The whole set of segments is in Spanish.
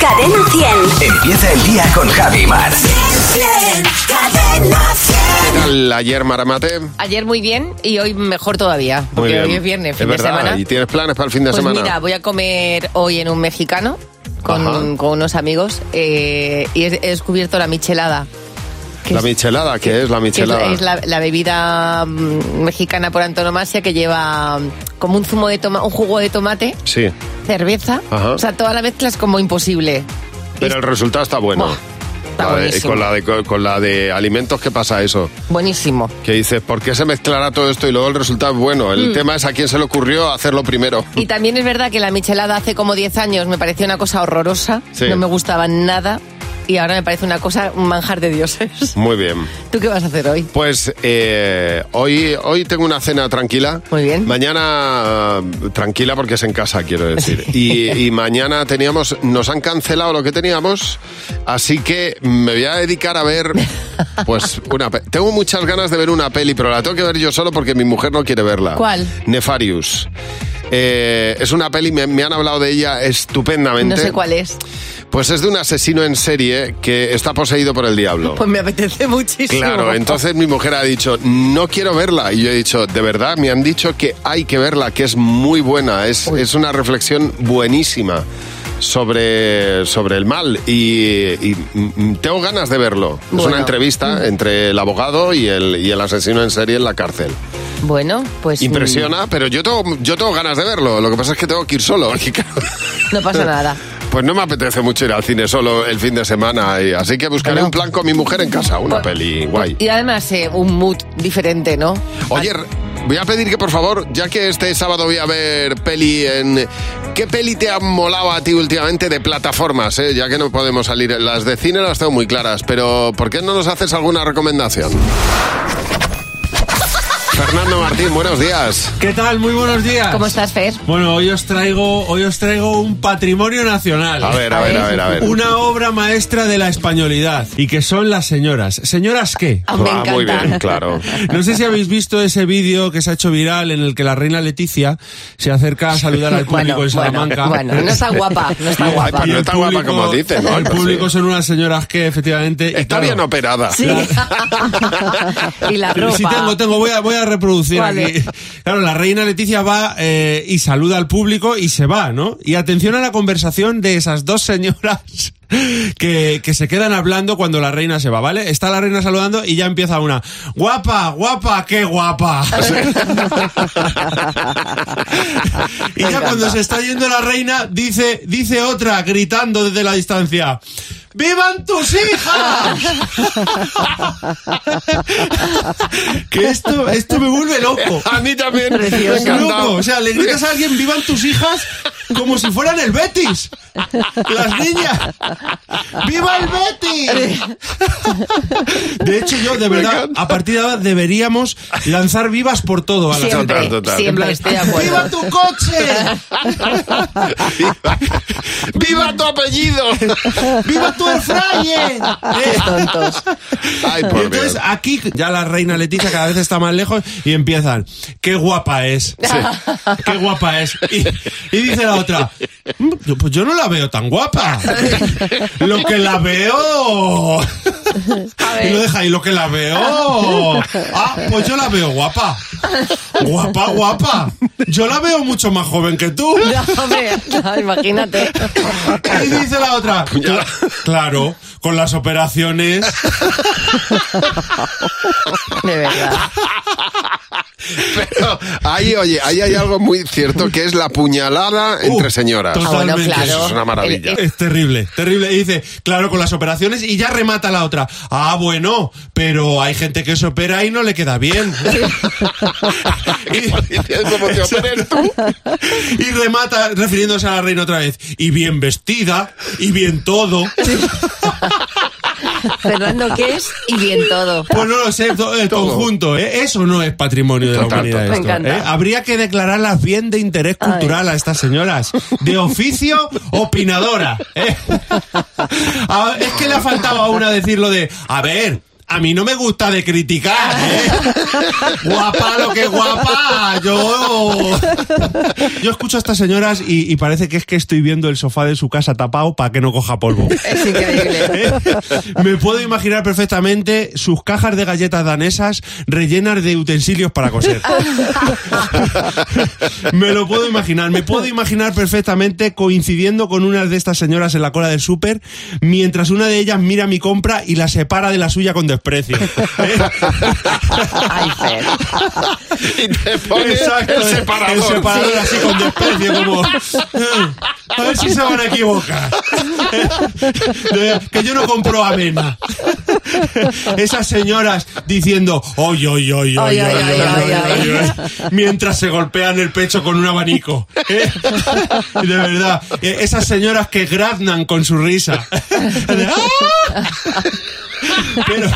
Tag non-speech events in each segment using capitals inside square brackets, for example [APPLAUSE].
Cadena 100. Empieza el día con Javi Mar. Cadena 100. ¿Qué tal ayer, Maramate? Ayer muy bien y hoy mejor todavía, porque hoy es viernes, fin es de verdad. semana. ¿Y tienes planes para el fin de pues semana? mira, voy a comer hoy en un mexicano con, Ajá. con unos amigos eh, y he, he descubierto la michelada. que la es- michelada, que ¿qué, es la es la- michelada? es la, la bebida mm, mexicana por antonomasia que lleva mm, como un zumo de toma, un jugo de tomate, Sí, cerveza, Ajá. o sea, toda la mezcla es como imposible. pero el resultado está bueno. Buah, está La de- buenísimo. con, la de, con, la de alimentos, ¿qué pasa eso? Buenísimo. Que dices, ¿por qué se mezclará todo esto y luego el resultado es bueno? Mm. El tema es a quién se le ocurrió hacerlo primero. Y también es verdad que la michelada hace como 10 años me parecía una cosa horrorosa, Sí. no me gustaba nada y ahora me parece una cosa un manjar de dioses. [LAUGHS] Muy bien. ¿Tú qué vas a hacer hoy? Pues eh, hoy, hoy tengo una cena tranquila. Muy bien. Mañana eh, tranquila porque es en casa, quiero [LAUGHS] decir. Y, y mañana teníamos, nos han cancelado lo que teníamos, así que me voy a dedicar a [LAUGHS] ver, pues una. pe- Tengo muchas ganas de ver una peli, pero la tengo que ver yo solo porque mi mujer no quiere Ah. verla. ¿Cuál? Nefarius. Eh, es una peli, me, me han hablado de ella estupendamente. No sé cuál es. Pues es de un asesino en serie que está poseído por el diablo. Pues me apetece muchísimo. Claro, entonces mi mujer ha dicho, no quiero verla. Y yo he dicho, de verdad, me han dicho que hay que verla, que es muy buena, es, es una reflexión buenísima sobre, sobre el mal. Y, y, mm, tengo ganas de verlo. Es Bueno. Mm. una entrevista entre el abogado y el, y el asesino en serie en la cárcel. Bueno, pues. Impresiona, pero yo tengo, yo tengo ganas de verlo. Lo que pasa es que tengo que ir solo. [LAUGHS] porque, claro, mm, No pasa nada. Pues no me apetece mucho ir al cine solo el fin de semana. y- así que buscaré Bueno. un plan con mi mujer en casa, una peli guay. Y además eh, un mood diferente, ¿no? Oye, re- voy a pedir que por favor, ya que este sábado voy a ver peli en... ¿Qué peli te ha molado a ti últimamente de plataformas? eh? Ya que no podemos salir. Las de cine las tengo muy claras, pero ¿por qué no nos haces alguna recomendación? Fernando Martín, buenos días. ¿Qué tal? Muy buenos días. ¿Cómo estás, Fer? Bueno, hoy os traigo, hoy os traigo un patrimonio nacional. A ver, a ver, a ver, a ver. Una obra maestra de la españolidad y que son las señoras. ¿Señoras qué? Ah, me Ah, encanta. muy bien, claro. [LAUGHS] No sé si habéis visto ese vídeo que se ha hecho viral en el que la reina Leticia se acerca a saludar al público Bueno, en Salamanca. bueno, bueno, no está guapa, no está Ay, guapa. pero no el está guapa como dicen, ¿no? El Pues público sí. son unas señoras que efectivamente... y Está claro, bien operada. Sí. [LAUGHS] y la ropa. Sí, tengo, tengo, voy a, voy a reproducir Vale. aquí. [LAUGHS] Claro, la reina Leticia va eh, y saluda al público y se va, ¿no? Y atención a la conversación de esas dos señoras [LAUGHS] que, que se quedan hablando cuando la reina se va, ¿vale? Está la reina saludando y ya empieza una, guapa, guapa, qué guapa. [LAUGHS] y ya cuando se está yendo la reina, dice, dice otra, gritando desde la distancia. ¡Vivan tus hijas! que esto, esto me vuelve loco. A mí también. Me ha Es loco. encantado. O sea, le gritas a alguien, vivan tus hijas, como si fueran el Betis. Las niñas. ¡Viva el Betis! De hecho, yo, de verdad, a partir de ahora deberíamos lanzar vivas por todo a la Siempre, Total, total. siempre estoy de ¡Viva acuerdo. tu coche! ¡Viva, viva tu apellido! [LAUGHS] ¡Viva tu air fryer! Eh, Tontos. Ay, Y por entonces Dios. aquí ya la reina Leticia cada vez está más lejos y empiezan, qué guapa es, [LAUGHS] qué guapa es. Y, y dice la otra, "Mm, yo- pues yo no la veo tan [LAUGHS] guapa. Lo que la veo... Y lo deja ahí, lo que la veo. Ah, pues yo la veo guapa. Guapa, guapa. Yo la veo mucho más joven que tú. [LAUGHS] No, hombre, no, imagínate. Y dice la otra. Claro, con las operaciones. De verdad. [LAUGHS] Pero ahí, oye, ahí hay algo muy cierto que es la puñalada entre señoras. Ah, bueno, Totalmente. claro. Eso es una maravilla. El- el- Es terrible, terrible. Y dice, claro, con las operaciones y ya remata la otra. Ah, bueno, pero hay gente que se opera y no le [LAUGHS] queda bien. ¿Cómo te operes tú? y remata refiriéndose a la reina otra vez. Y bien vestida, y bien todo. Fernando, ¿qué es? Y bien todo. Pues no lo sé, to- el conjunto, ¿eh? Eso no es patrimonio de la Total, humanidad. total. esto, Me encanta. ¿eh? Habría que declararlas bien de interés cultural a estas señoras. De oficio opinadora. ¿eh? A- Es que le faltaba a una decir lo de, a ver. a mí no me gusta de criticar, ¿eh? Guapa lo que guapa. [LAUGHS] Yo. Yo escucho a estas señoras y, y parece que es que estoy viendo el sofá de su casa tapado para que no coja polvo. Es increíble. ¿Eh? Me puedo imaginar perfectamente sus cajas de galletas danesas rellenas de utensilios para coser. Me lo puedo imaginar. Me puedo imaginar perfectamente coincidiendo con una de estas señoras en la cola del súper mientras una de ellas mira mi compra y la separa de la suya con desprecio. ¿Eh? Ay, Fer. Y te pones el separador. el separador así con desprecio, [LAUGHS] como. "Eh, A ver si se van a equivocar. De- que yo no compro avena. Esas señoras diciendo, oy, oy, oy, oy, Ay, oy, ay, oy, ay, oy, ay, oy, oy", mientras se golpean el pecho con un abanico. ¿eh? De verdad, eh, esas señoras que graznan con su risa. De, "¡Ah!". Pero,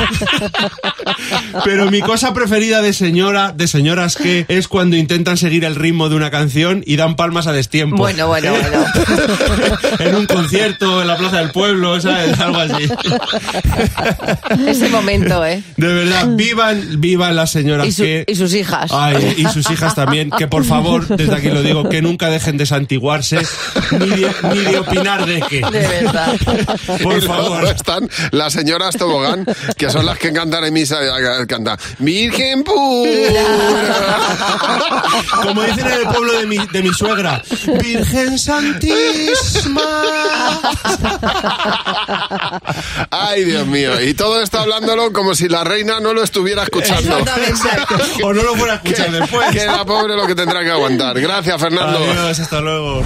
pero mi cosa preferida de señora, de señoras que es cuando intentan seguir el ritmo de una canción y dan palmas a destiempo. Bueno, bueno, bueno. [LAUGHS] en un concierto, en la plaza del pueblo, ¿sabes? Algo así. [LAUGHS] Ese momento, ¿eh? De verdad, vivan, vivan las señoras Y, su- que. y sus hijas. Ay, y [LAUGHS] sus hijas también, que por favor, desde aquí lo digo, que nunca dejen de santiguarse ni de, ni de opinar de qué. De verdad. Por Y luego favor. están las señoras tobogán, que son las que cantan en misa, eh, cantan Virgen pura. "Ah". Como dicen en el pueblo de mi, de mi suegra, Virgen Santísima. Ay, Dios mío. Y todo está hablándolo como si la reina no lo estuviera escuchando. Exactamente. O no lo fuera a escuchar después. Que la pobre lo que tendrá que aguantar. Gracias, Fernando. Adiós, hasta luego.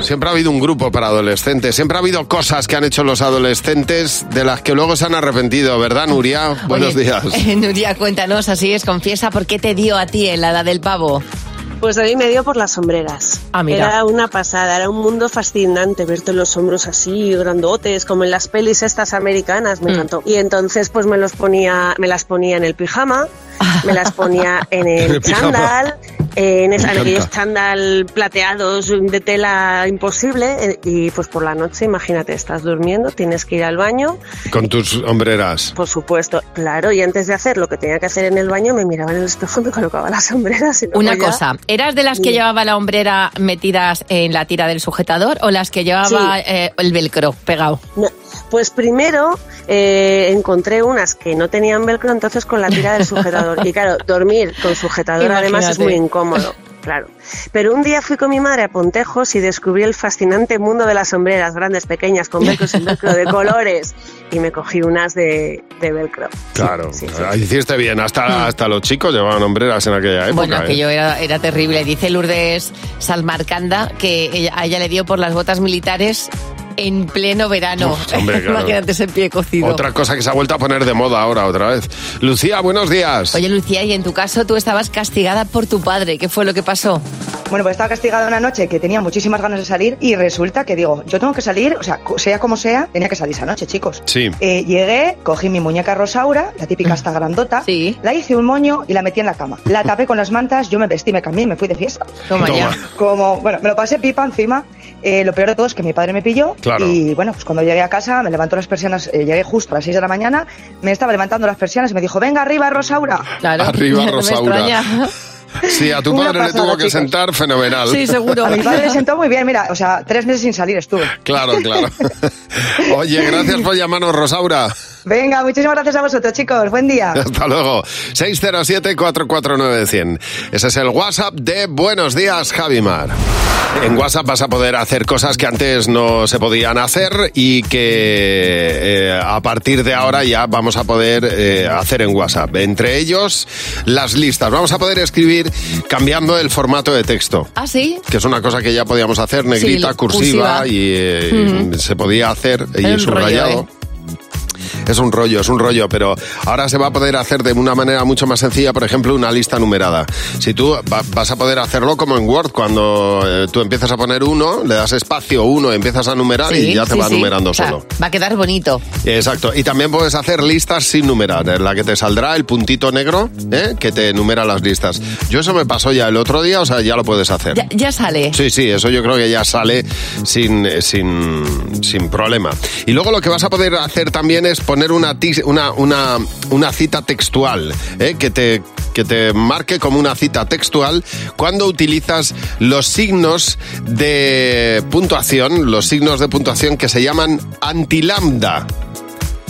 Siempre ha habido un grupo para adolescentes. Siempre ha habido cosas que han hecho los adolescentes de las que luego se han arrepentido, ¿verdad, Nuria? Buenos Oye, eh, días. Nuria, cuéntanos, así es, confiesa, ¿por qué te dio a ti el hada del pavo? Pues a mí me dio por las sombreras. Ah, mira. Era una pasada, era un mundo fascinante verte los hombros así, grandotes, como en las pelis estas americanas, me encantó. Y entonces pues me los ponía, me las ponía en el pijama, me las ponía en En el, el pijama. chándal, en, es- en encanta. aquellos chándal plateados de tela imposible eh, y pues por la noche, imagínate, estás durmiendo, tienes que ir al baño, Con tus hombreras. por supuesto, claro, y antes de hacer lo que tenía que hacer en el baño me miraba en el espejo y me colocaba las sombreras. y luego Una ya- cosa, ¿eras de las que Sí. llevaba la hombrera metidas en la tira del sujetador o las que llevaba Sí. eh, el velcro pegado? No, Pues primero eh, encontré unas que no tenían velcro, entonces con la tira del [LAUGHS] sujetador. Y claro, dormir con sujetador además es Imagínate. muy incómodo. Claro. Pero un día fui con mi madre a Pontejos y descubrí el fascinante mundo de las sombreras, grandes, pequeñas, con velcro, sin velcro, de colores. Y me cogí unas de, de velcro. Claro, Sí, sí, claro. hiciste bien. Hasta, hasta los chicos llevaban hombreras en aquella época. Bueno, ¿eh? que yo era, era terrible. Dice Lourdes Salmarcanda que ella- a ella le dio por las botas militares en pleno verano. [LAUGHS] Uf, hombre, claro. Imagínate ese pie cocido. Otra cosa que se ha vuelto a poner de moda ahora otra vez. Lucía, buenos días. Oye, Lucía, y en tu caso tú estabas castigada por tu padre. ¿Qué fue lo que pasó? Bueno, pues estaba castigada una noche que tenía muchísimas ganas de salir y resulta que digo, yo tengo que salir, o sea, co- sea como sea, tenía que salir esa noche, chicos. Sí. Eh, llegué, cogí mi muñeca Rosaura, la típica hasta grandota, Sí. la hice un moño y la metí en la cama. La tapé con las mantas, yo me vestí, me cambié y me fui de fiesta. Toma, Toma. ya. Como, bueno, me lo pasé pipa encima. Eh, lo peor de todo es que mi padre me pilló Claro. y bueno, pues cuando llegué a casa me levantó las persianas, eh, llegué justo a las 6 de la mañana, me estaba levantando las persianas y me dijo, venga arriba Rosaura. Claro. Arriba, No [LAUGHS] me Rosaura. extraña. Sí, a tu Una padre le pasada, tuvo que chicos. sentar fenomenal. Sí, seguro. A mi padre le sentó muy bien, mira, o sea, tres meses sin salir estuve. Claro, [LAUGHS] claro. Oye, gracias por llamarnos, Rosaura. Venga, muchísimas gracias a vosotros, chicos. Buen día. [LAUGHS] Hasta luego. 607-449-100. Ese es el WhatsApp de Buenos Días, Javimar. En WhatsApp vas a poder hacer cosas que antes no se podían hacer y que eh, a partir de ahora ya vamos a poder eh, hacer en WhatsApp. Entre ellos, las listas. Vamos a poder escribir cambiando el formato de texto ¿Ah, [LAUGHS] sí? que es una cosa que ya podíamos hacer, negrita, Sí, cursiva, cursiva. y eh, se podía hacer Era y un rollo, subrayado. ¿eh? Es un rollo, es un rollo, pero ahora se va a poder hacer de una manera mucho más sencilla, por ejemplo, una lista numerada. Si tú va- vas a poder hacerlo como en Word, cuando eh, tú empiezas a poner uno, le das espacio uno, empiezas a numerar Sí, y ya te sí, va sí. numerando O sea, solo. Va a quedar bonito. Exacto. Y también puedes hacer listas sin numerar, en la que te saldrá el puntito negro ¿eh? que te enumera las listas. Yo eso me pasó ya el otro día, o sea, ya lo puedes hacer. Ya, ya sale. Sí, sí, eso yo creo que ya sale sin, eh, sin, sin problema. Y luego lo que vas a poder hacer también es poner poner una, tis- una, una, una cita textual, ¿eh? que, te, que te marque como una cita textual cuando utilizas los signos de puntuación, los signos de puntuación que se llaman antilambda.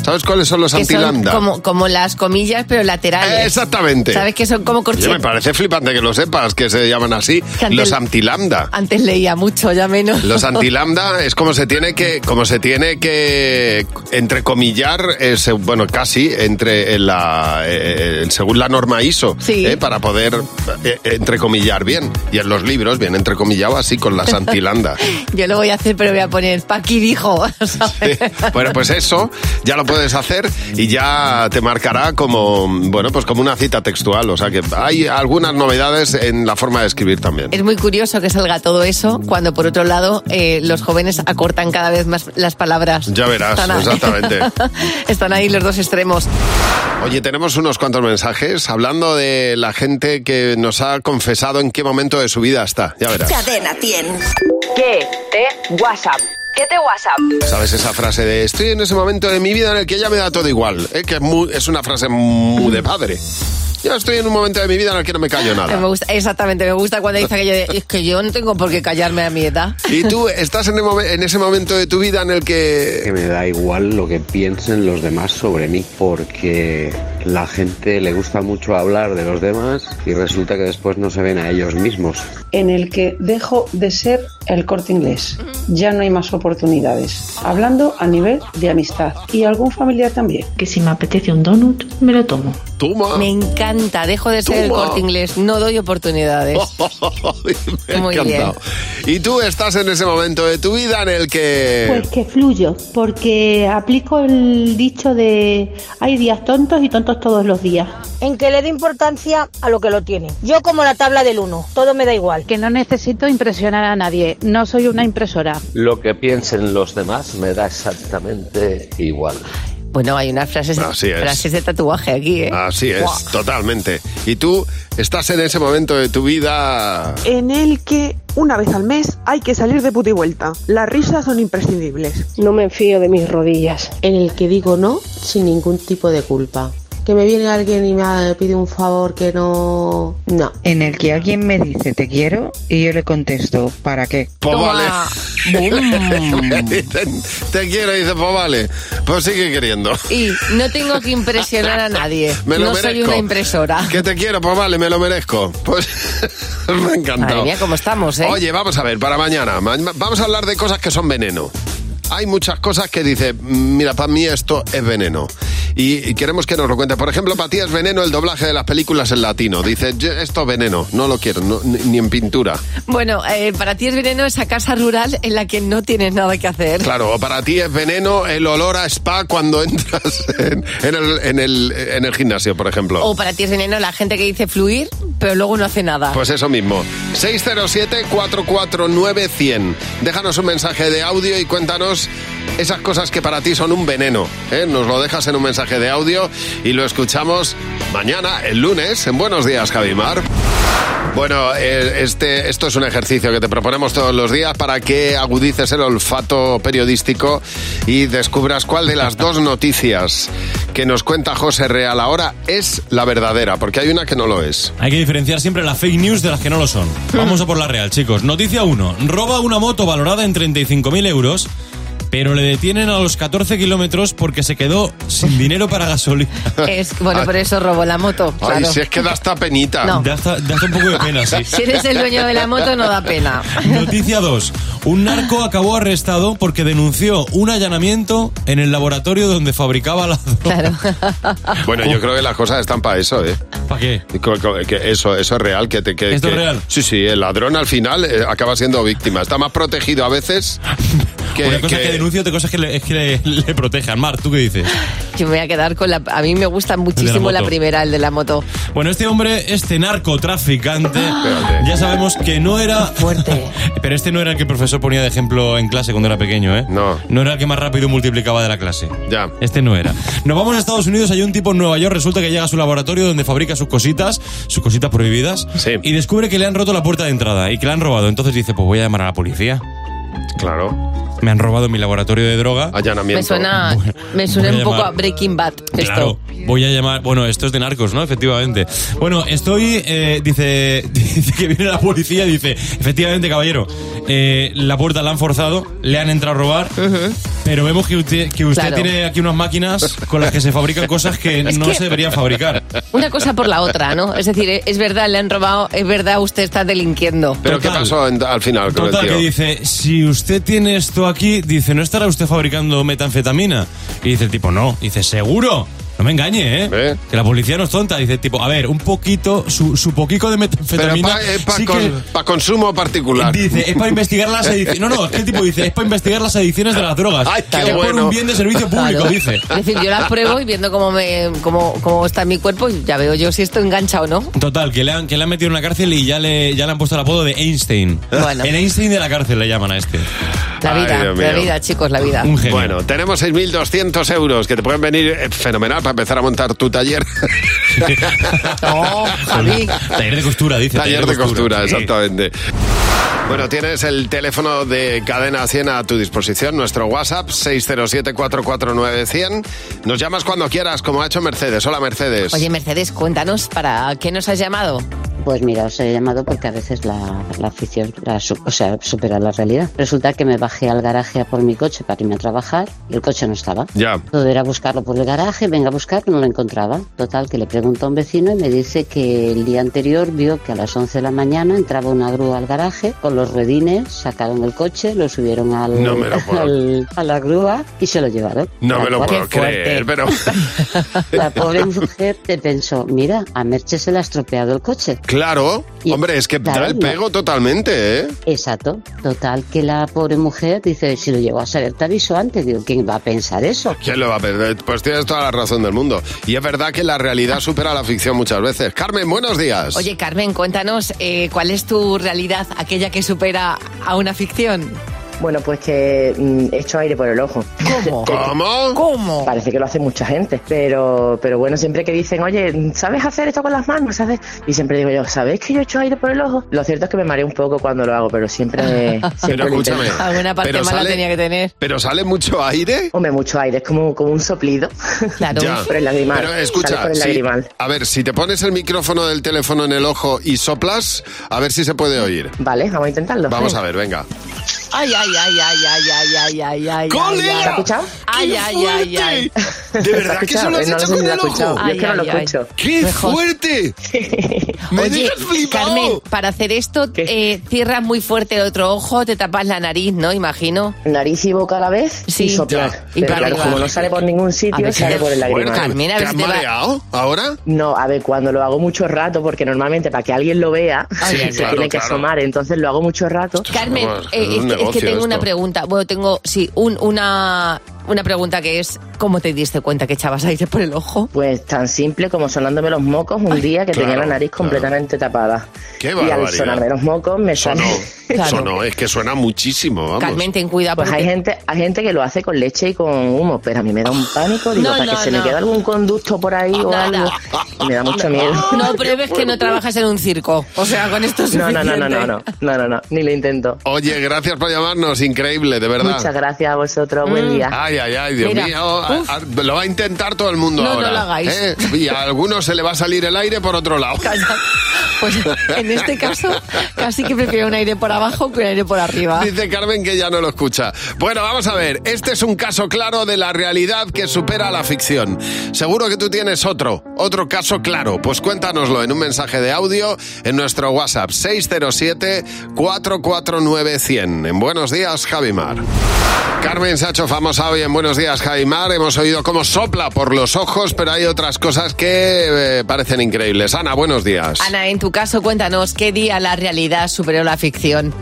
¿Sabes cuáles son los Que son antilambda? como, como las comillas, pero laterales. Exactamente. ¿Sabes que son como Oye, me corchetes? parece flipante que lo sepas, que se llaman así, Que antes- los antilambda. Antes leía mucho, ya menos. Los antilambda es como se tiene que, como se tiene que entrecomillar, eh, se- bueno, casi entre en la, eh, eh, según la norma ISO, Sí. eh, para poder eh, entrecomillar bien. Y en los libros bien entrecomillado así con [LAUGHS] las antilambda. Yo lo voy a hacer, pero voy a poner Paqui dijo. [LAUGHS] ¿sabes? Bueno, pues eso ya lo puedes hacer y ya te marcará como, bueno, pues como una cita textual. O sea que hay algunas novedades en la forma de escribir también. Es muy curioso que salga todo eso cuando, por otro lado, eh, los jóvenes acortan cada vez más las palabras. Ya verás, ahí- exactamente. [LAUGHS] Están ahí los dos extremos. Oye, tenemos unos cuantos mensajes hablando de la gente que nos ha confesado en qué momento de su vida está. Ya verás. Cadena 100. ¿Qué te WhatsApp? ¿Qué te WhatsApp? ¿Sabes esa frase de estoy en ese momento de mi vida en el que ya me da todo igual? ¿eh? Que es, muy- es una frase muy de padre. Yo estoy en un momento de mi vida en el que no me callo Me nada. gusta, exactamente, me gusta cuando dice aquello de, es que yo no tengo por qué callarme a mi edad. Y tú estás en, el momen- en ese momento de tu vida en el que que me da igual lo que piensen los demás sobre mí, porque la gente le gusta mucho hablar de los demás y resulta que después no se ven a ellos mismos. en el que dejo de ser el corte inglés. Ya no hay más oportunidades. Hablando a nivel de amistad y algún familiar también. Que si me apetece un donut, me lo tomo. Toma. Me encanta, dejo de ser el Toma. Oh. corte inglés, no doy oportunidades. [LAUGHS] Me ha Muy encantado. Y tú estás en ese momento de tu vida en el que... Pues que fluyo, porque aplico el dicho de hay días tontos y tontos todos los días. En que le dé importancia a lo que lo tiene. Yo como la tabla del 1, todo me da igual. Que no necesito impresionar a nadie, no soy una impresora. Lo que piensen los demás me da exactamente igual. Bueno, hay unas frases, Así es. frases de tatuaje aquí, ¿eh? Así es, Buah. totalmente. Y tú estás en ese momento de tu vida... en el que una vez al mes hay que salir de puta y vuelta. Las risas son imprescindibles. No me enfío de mis rodillas. En el que digo no sin ningún tipo de culpa. Que me viene alguien y me pide un favor que no... No. En el que alguien me dice te quiero y yo le contesto ¿para qué? Pues Toma. vale. [LAUGHS] Le dicen, te quiero y dice, pues vale. Pues sigue queriendo. Y no tengo que impresionar a nadie, [LAUGHS] Me lo no soy merezco. una impresora. Que te quiero, pues vale, me lo merezco. Pues [LAUGHS] me ha encantado. Madre mía, cómo estamos, ¿eh? Oye, vamos a ver, para mañana. Ma- Vamos a hablar de cosas que son veneno. Hay muchas cosas que dice, "Mm, mira, para mí esto es veneno. Y, y queremos que nos lo cuente. Por ejemplo, para ti es veneno el doblaje de las películas en latino. Dice, "Yo- esto es veneno, no lo quiero, no- ni, ni en pintura. Bueno, eh, para ti es veneno esa casa rural en la que no tienes nada que hacer. Claro, o para ti es veneno el olor a spa cuando [LAUGHS] entras en, en el, en el- en el gimnasio, por ejemplo. O para ti es veneno la gente que dice fluir, pero luego no hace nada. Pues eso mismo. 607-449-100. Déjanos un mensaje de audio y cuéntanos esas cosas que para ti son un veneno. ¿eh? Nos lo dejas en un mensaje de audio y lo escuchamos mañana, el lunes, en Buenos Días, Javimar. Bueno, eh, este, esto es un ejercicio que te proponemos todos los días para que agudices el olfato periodístico y descubras cuál de las dos noticias que nos cuenta José Real ahora es la verdadera, porque hay una que no lo es. Hay que diferenciar siempre las fake news de las que no lo [LAUGHS] son. Vamos a por la real, chicos. Noticia 1. Roba una moto valorada en 35.000 euros, pero le detienen a los 14 kilómetros porque se quedó [LAUGHS] sin dinero para gasolina. Es, bueno, Ay. por eso robó la moto. Ay, claro. si es que da hasta penita. No. Da hasta, da hasta un poco de pena, sí. [LAUGHS] Si eres el dueño de la moto no da pena. [LAUGHS] Noticia 2. Un narco acabó arrestado porque denunció un allanamiento en el laboratorio donde fabricaba la Bueno, yo creo que las cosas están para eso, ¿eh? ¿Para qué? Que eso, eso es real. Que te, que, ¿Esto es que- real? Sí, sí, el ladrón al final eh, acaba siendo víctima. Está más protegido a veces que... [LAUGHS] Una cosa es que denuncio, otra cosa es que le, es que le- le protejan. Mar, ¿tú qué dices? Yo me voy a quedar con la... A mí me gusta muchísimo la, moto. primera, el de la moto. Bueno, este hombre, este narcotraficante, Ah. ya sabemos que no era... Fuerte. [LAUGHS] Pero este no era el que el profesor ponía de ejemplo en clase cuando era pequeño, ¿eh? No. No era el que más rápido multiplicaba de la clase. Ya. Este no era. Nos vamos a Estados Unidos, hay un tipo en Nueva York, resulta que llega a su laboratorio donde fabrica sus cositas, sus cositas prohibidas, y descubre que le han roto la puerta de entrada y que la han robado. Entonces dice, pues voy a llamar a la policía. Claro. Me han robado mi laboratorio de droga. Me suena, me suena Voy un a poco llamar. a Breaking Bad esto. Claro, voy a llamar. Bueno, esto es de narcos, ¿no? Efectivamente. Bueno, estoy. eh, dice, [LAUGHS] dice que viene la policía y dice: Efectivamente, caballero, eh, la puerta la han forzado, le han entrado a robar. Pero vemos que usted, que usted Claro. tiene aquí unas máquinas con las que se fabrican cosas que [LAUGHS] Es no que- se deberían fabricar. Una cosa por la otra, ¿no? Es decir, eh, es verdad, le han robado, es verdad, usted está delinquiendo. Pero ¿qué pasó en- al final con Total, el que tío? dice, si usted tiene esto aquí, dice, ¿no estará usted fabricando metanfetamina? Y dice el tipo, no. Dice, ¿seguro? No me engañe, ¿eh? Que la policía no es tonta. Dice el tipo, a ver, un poquito, su, su poquito de Pero metanfetamina... para sí que- consumo particular. Dice, es para [LAUGHS] investigar las adicciones. No, no, es que el tipo dice, es para investigar las adicciones de las drogas. Ay, qué Que es por bueno. un bien de [LAUGHS] servicio público, Claro. dice. Es decir, yo la pruebo y viendo cómo, me, cómo, cómo está mi cuerpo, ya veo yo si esto engancha o no. Total, que le, han, que le han metido en una cárcel y ya le, ya le han puesto el apodo de Einstein. El Einstein de la cárcel le llaman a este. La Ay, vida, Dios la mío. vida, chicos, la vida. Bueno, tenemos 6.200 euros que te pueden venir eh, fenomenal para empezar a montar tu taller. Oh, No, Javi. Taller de costura, dice. Taller de costura, Sí. exactamente. Bueno, tienes el teléfono de Cadena 100 a tu disposición, nuestro WhatsApp 607-449-100. Nos llamas cuando quieras, como ha hecho Mercedes. Hola, Mercedes. Oye, Mercedes, cuéntanos, ¿para qué nos has llamado? Pues mira, os he llamado porque a veces la, la afición la su- o sea, supera la realidad. Resulta que me bajé al garaje a por mi coche para irme a trabajar y el coche no estaba. Ya. Todo era buscarlo por el garaje, venga a buscarlo, no lo encontraba. Total, que le pregunto a un vecino y me dice que el día anterior vio que a las 11 de la mañana entraba una grúa al garaje con los redines, sacaron el coche, lo subieron al, No me lo puedo- al- a la grúa y se lo llevaron. No me lo Tal cual. puedo creer, pero... La pobre mujer te pensó, mira, a Merche se le ha estropeado el coche. Claro, hombre, es que da claro, el no. pego totalmente, ¿eh? Exacto. Total, que la pobre mujer dice, si lo llevo a saber, te aviso antes. Digo, ¿quién va a pensar eso? ¿Quién lo va a perder? Pues tienes toda la razón del mundo. Y es verdad que la realidad supera la ficción muchas veces. Carmen, buenos días. Oye, Carmen, cuéntanos, eh, ¿cuál es tu realidad, aquella que supera a una ficción? Bueno, pues que mm, echo aire por el ojo. [LAUGHS] ¿Cómo? ¿Cómo? ¿Cómo? Parece que lo hace mucha gente, pero pero bueno, siempre que dicen, oye, ¿sabes hacer esto con las manos? ¿Sabes? Y siempre digo yo, ¿sabéis que yo echo aire por el ojo? Lo cierto es que me mareo un poco cuando lo hago, [LAUGHS] pero siempre... siempre Pero lo escúchame, intento. Alguna parte Pero mala sale- tenía que tener. ¿Pero sale mucho aire? Hombre, mucho aire, es como, como un soplido. Claro. [LAUGHS] Ya. Por el lagrimal. Pero escucha, Sale por el si- lagrimal. a ver, si te pones el micrófono del teléfono en el ojo y soplas, a ver si se puede oír. Vale, vamos a intentarlo. Vamos a ver, venga. Ay, ay, ay, ay, ay, ay, ay, ay, ay. ¡Cólera! ay, ay. ¿Lo has escuchado? Ay, ¡Qué ay, ay, ay. ¿De verdad que se lo has No lo hecho sé con si lo el has escuchado. ojo? Yo es que no lo escucho. ¡Qué Mejor. fuerte! Me Oye, dejas flipado. Carmen, para hacer esto, eh, cierras muy fuerte el otro ojo, te tapas la nariz, ¿no? Imagino. Nariz y boca a la vez y Sí. soplar. Ya. Y para Pero claro, arriba. como no sale por ningún sitio, A ver, sale qué por el lagrimal. fuerte. Carmen, a ¿Te ver has si te va- mareado ahora? No, a ver, cuando lo hago mucho rato, porque normalmente para que alguien lo vea, Sí, [LAUGHS] se claro, tiene que claro. asomar, entonces lo hago mucho rato. Carmen, eh, es, que- es que tengo una pregunta. Bueno, tengo, sí, un- una, una pregunta que es, ¿cómo te diste cuenta que echabas aire por el ojo? Pues tan simple como sonándome los mocos un día que tenía claro, la nariz claro. completamente tapada. ¡Qué y al barbaridad! sonarme los mocos me Sonó. sonó. Eso no, es que suena muchísimo, vamos. ten cuidado. Pues hay gente, hay gente que lo hace con leche y con humo, pero a mí me da un pánico, digo, No, para no, que se no. me quede algún conducto por ahí o algo. Me da mucho miedo. [LAUGHS] No pruebes que no trabajas en un circo. O sea, con esto es No, no, no, no, no, suficiente. no, no, no, no, ni lo intento. Oye, gracias por llamarnos, increíble, de verdad. Muchas gracias a vosotros, Mm. buen día. Ay, ay, ay, Dios Mira, mío. a- uf. a- lo va a intentar todo el mundo No, no ahora. lo hagáis. ¿eh? Y a algunos se le va a salir el aire por otro lado. Pues en este caso, casi que prefiero un aire por abajo que un aire por [LAUGHS] arriba. Dice Carmen que ya no lo escucha. Bueno, vamos a ver. Este es un caso claro de la realidad que supera a la ficción. Seguro que tú tienes otro, otro caso claro. Pues cuéntanoslo en un mensaje de audio en nuestro WhatsApp 607-449-100. En Buenos Días, Javimar. Carmen se ha hecho famosa hoy en Buenos Días, Javimar. Hemos oído cómo sopla por los ojos, pero hay otras cosas que eh, parecen increíbles. Ana, buenos días. Ana, en tu caso, cuéntanos, ¿qué día la realidad superó la ficción?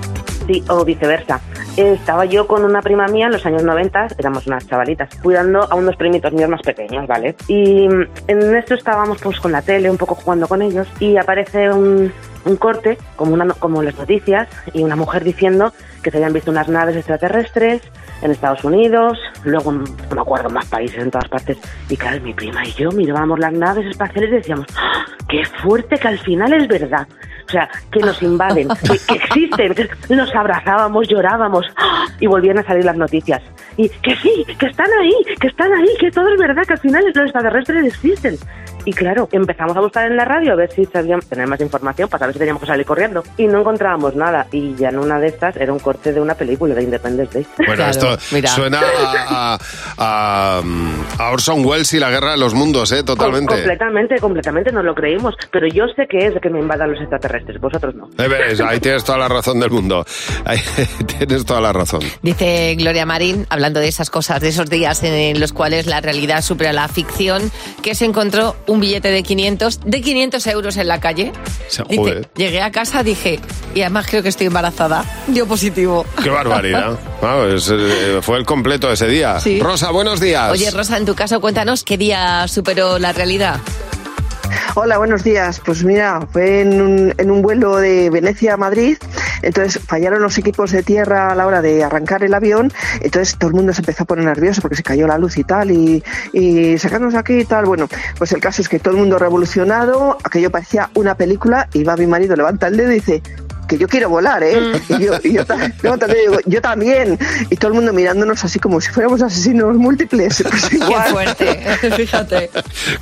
Sí, o viceversa. Eh, Estaba yo con una prima mía en los años 90, éramos unas chavalitas, cuidando a unos primitos míos más pequeños, ¿vale? Y mm, en esto estábamos pues con la tele, un poco jugando con ellos, y aparece un, un corte, como, una, no- como en las noticias, y una mujer diciendo que se habían visto unas naves extraterrestres en Estados Unidos, luego en- no me acuerdo, en más países, en todas partes. Y claro, mi prima y yo mirábamos las naves espaciales y decíamos, ¡Ah, ¡qué fuerte que al final es verdad! O sea, que nos invaden, que, que existen, [LAUGHS] que nos abrazábamos, llorábamos ¡ah! y volvían a salir las noticias. Y que sí, que están ahí, que están ahí, que todo es verdad, que al final los extraterrestres existen. Y claro, empezamos a buscar en la radio a ver si sabíamos tener más información para saber si teníamos que salir corriendo. Y no encontrábamos nada. Y ya en una de estas era un corte de una película de Independence Day. Bueno, esto suena a, a- mm, a- a Orson Welles y la guerra de los mundos, ¿eh? Com- Totalmente. completamente, completamente nos lo creímos. Pero yo sé que es de que me invadan los extraterrestres, vosotros no. Eh, veréis, ahí tienes toda la razón del mundo. Ahí [LAUGHS] tienes toda la razón. Dice Gloria Marín, hablando de esas cosas, de esos días en los cuales la realidad supera la ficción, que se encontró un billete de 500, de 500 euros en la calle. Se- ¿eh? Dice, joder. llegué a casa, dije, y además creo que estoy embarazada, dio positivo. Qué barbaridad. Vamos, es, eh, fue el completo ese día. Sí. Rosa, buenos días. Oye, Rosa, en tu caso, cuéntanos qué día superó la realidad. Hola, buenos días. Pues mira, fue en un, en un vuelo de Venecia a Madrid, entonces fallaron los equipos de tierra a la hora de arrancar el avión, entonces todo el mundo se empezó a poner nervioso porque se cayó la luz y tal, y, y sacarnos aquí y tal. Bueno, pues el caso es que todo el mundo revolucionado, aquello parecía una película, y va mi marido, levanta el dedo y dice que yo quiero volar, ¿eh? Y yo, y yo ta- levanta el dedo y digo, yo también. Y todo el mundo mirándonos así como si fuéramos asesinos múltiples. Pues igual. Fíjate.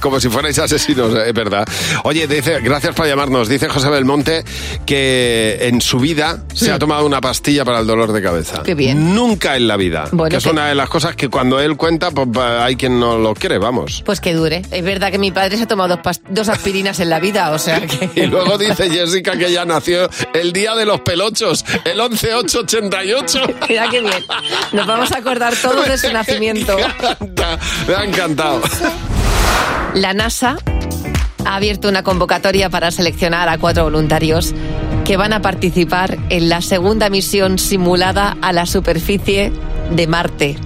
Como si fuerais asesinos, es verdad. Oye, dice, gracias por llamarnos. Dice José Belmonte que en su vida se ha tomado una pastilla para el dolor de cabeza. Hmm. Qué bien. Nunca en la vida. Bueno, que es que- una de las cosas que cuando él cuenta, pues va- hay quien no lo quiere, vamos. Pues que dure. Es verdad que mi padre se ha tomado dos, pas- dos aspirinas en la vida, o sea que... [LAUGHS] Y luego dice Jessica que ya nació el día de los pelochos, el 11888. Mira qué bien. Nos vamos a acordar todos de su nacimiento. Me ha encantado. La NASA ha abierto una convocatoria para seleccionar a cuatro voluntarios que van a participar en la segunda misión simulada a la superficie de Marte.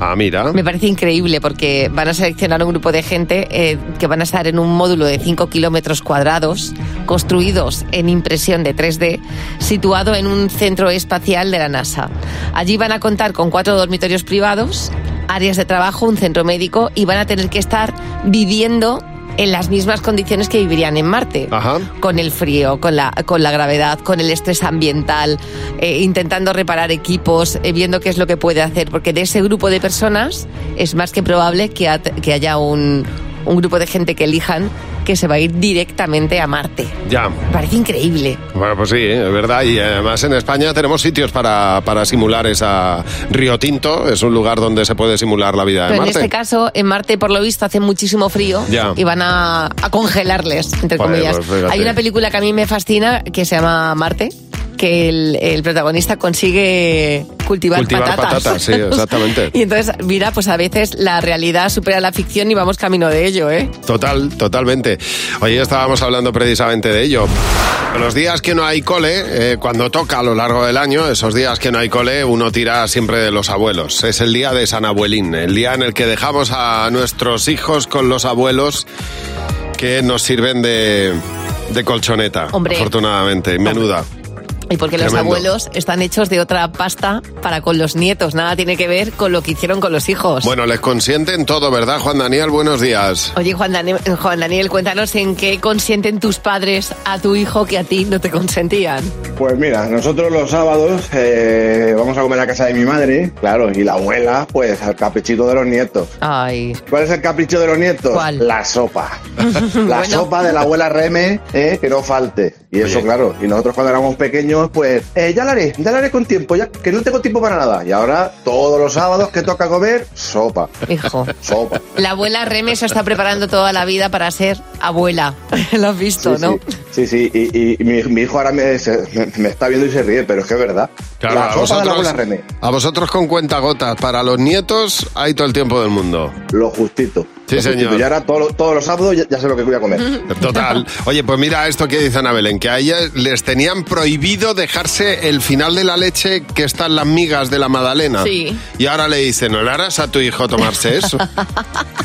Ah, mira. Me parece increíble porque van a seleccionar un grupo de gente eh, que van a estar en un módulo de 5 kilómetros cuadrados, construidos en impresión de 3D, situado en un centro espacial de la NASA. Allí van a contar con cuatro dormitorios privados, áreas de trabajo, un centro médico y van a tener que estar viviendo en las mismas condiciones que vivirían en Marte. Con el frío, con la, con la gravedad, con el estrés ambiental, eh, intentando reparar equipos, eh, viendo qué es lo que puede hacer. Porque de ese grupo de personas es más que probable que, at- que haya un, un grupo de gente que elijan que se va a ir directamente a Marte. Ya. Parece increíble. Bueno, pues sí, ¿eh? es verdad. Y además en España tenemos sitios para, para simular esa Río Tinto. Es un lugar donde se puede simular la vida de Pero en Marte. este caso, en Marte, por lo visto, hace muchísimo frío Ya. y van a, a congelarles, entre Joder, comillas. pues fíjate. Hay una película que a mí me fascina que se llama Marte, que el, el protagonista consigue cultivar, Cultivar patatas. [LAUGHS] patatas, sí, exactamente. y entonces, mira, pues a veces la realidad supera la ficción y vamos camino de ello, ¿eh? Total, totalmente. Hoy estábamos hablando precisamente de ello. Los días que no hay cole, eh, cuando toca a lo largo del año, esos días que no hay cole, uno tira siempre de los abuelos. Es el día de San Abuelín, el día en el que dejamos a nuestros hijos con los abuelos que nos sirven de, de colchoneta, Hombre. afortunadamente, menuda. Y porque los Tremendo. abuelos están hechos de otra pasta para con los nietos, nada tiene que ver con lo que hicieron con los hijos. Bueno, les consienten todo, ¿verdad, Juan Daniel? Buenos días. Oye, Juan Daniel, Juan Daniel, cuéntanos en qué consienten tus padres a tu hijo que a ti no te consentían. Pues mira, nosotros los sábados eh, vamos a comer a casa de mi madre, claro, y la abuela, pues al caprichito de los nietos. Ay. ¿Cuál es el capricho de los nietos? La [LAUGHS] sopa. La sopa de la abuela Reme, eh, que no falte. Y eso, claro. Y nosotros cuando éramos pequeños, pues, eh, ya la haré, ya la haré con tiempo, ya que no tengo tiempo para nada. Y ahora, todos los sábados que toca comer, sopa. Hijo. Sopa. La abuela Remes se está preparando toda la vida para ser abuela. [LAUGHS] Lo has visto, sí, ¿no? Sí, sí, y, y- y mi, mi hijo ahora me, se- me- me está viendo y se ríe, pero es que es verdad. Claro, la a sopa de la vosotros- abuela René. A vosotros con cuentagotas, para los nietos hay todo el tiempo del mundo. Lo justito. Sí, Lo señor. sustituyo. Y ahora todo lo- todos los sábados ya, ya sé lo que voy a comer. [LAUGHS] [LAUGHS] Total. Oye, pues mira esto que dice Ana Belén, que a ellas les tenían prohibido dejarse el final de la leche que está en las migas de la magdalena. Sí. Y ahora le dicen, ¿no le harás a tu hijo tomarse [LAUGHS] eso?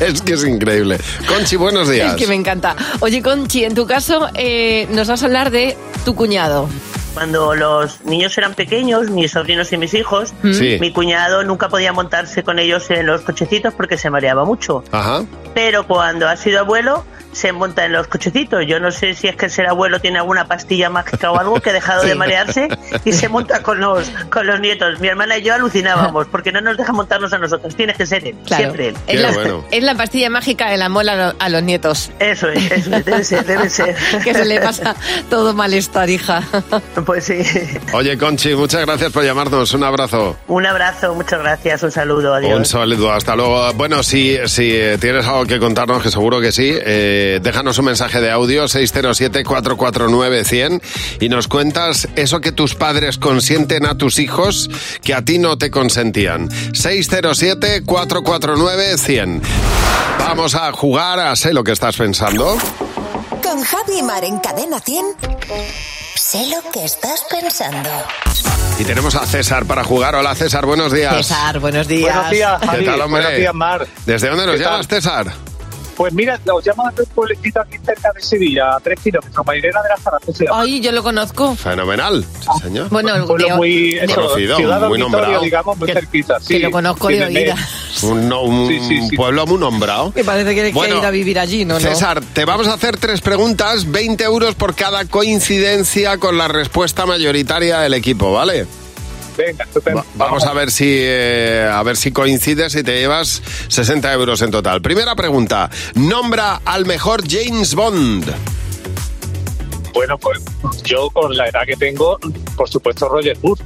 es que es increíble. Conchi, buenos días. Es que me encanta. Oye, Conchi, en tu caso, eh, que nos vas a hablar de tu cuñado. Cuando los niños eran pequeños, mis sobrinos y mis hijos, Sí. mi cuñado nunca podía montarse con ellos en los cochecitos porque se mareaba mucho. Ajá. Pero cuando ha sido abuelo, se monta en los cochecitos. Yo no sé si es que el ser abuelo tiene alguna pastilla mágica o algo que ha [LAUGHS] dejado Sí. de marearse y se monta con los, con los nietos. Mi hermana y yo alucinábamos porque no nos deja montarnos a nosotros. Tienes que ser él, siempre él. Es la, es la pastilla mágica de la mola a lo- a los nietos. Eso es, eso es, debe ser, [LAUGHS] debe ser. que se le pasa todo malestar, hija. Pues sí. Oye, Conchi, muchas gracias por llamarnos. Un abrazo. Un abrazo, muchas gracias, un saludo, adiós. Un saludo, hasta luego. Bueno, si, si eh, tienes algo que contarnos, que seguro que sí, eh, déjanos un mensaje de audio 607-449-100 y nos cuentas eso que tus padres consienten a tus hijos que a ti no te consentían. 607-449-100. Vamos a jugar a sé lo que estás pensando. Con Javi Mar en Cadena 100. Sé lo que estás pensando. Y tenemos a César para jugar. Hola César, buenos días. César, buenos días. Buenos días, ¿Qué Javi. tal, hombre? Buenos días, Mar. ¿Desde dónde nos ¿Qué tal? llamas, César? Pues mira, nos llaman de un pueblecito aquí cerca de Sevilla, a tres kilómetros, Mairena de la Zaragoza. Ay, yo lo conozco. Fenomenal, sí, señor. Bueno, Un pueblo de- muy de- eso, Conocido, ciudad muy dormitorio, nombrado. digamos, muy cerquita. Sí, que lo conozco de Tiene- oída. Un, no- un pueblo muy nombrado. Me parece que hay Bueno, que ir a vivir allí, ¿no? no? César, te vamos a hacer tres preguntas, 20 euros por cada coincidencia con la respuesta mayoritaria del equipo, ¿vale? Venga, Va- vamos a ver si eh, a ver si coincides y te llevas 60 euros en total. Primera pregunta, nombra al mejor James Bond. Bueno, pues yo con la edad que tengo, por supuesto, Roger Moore.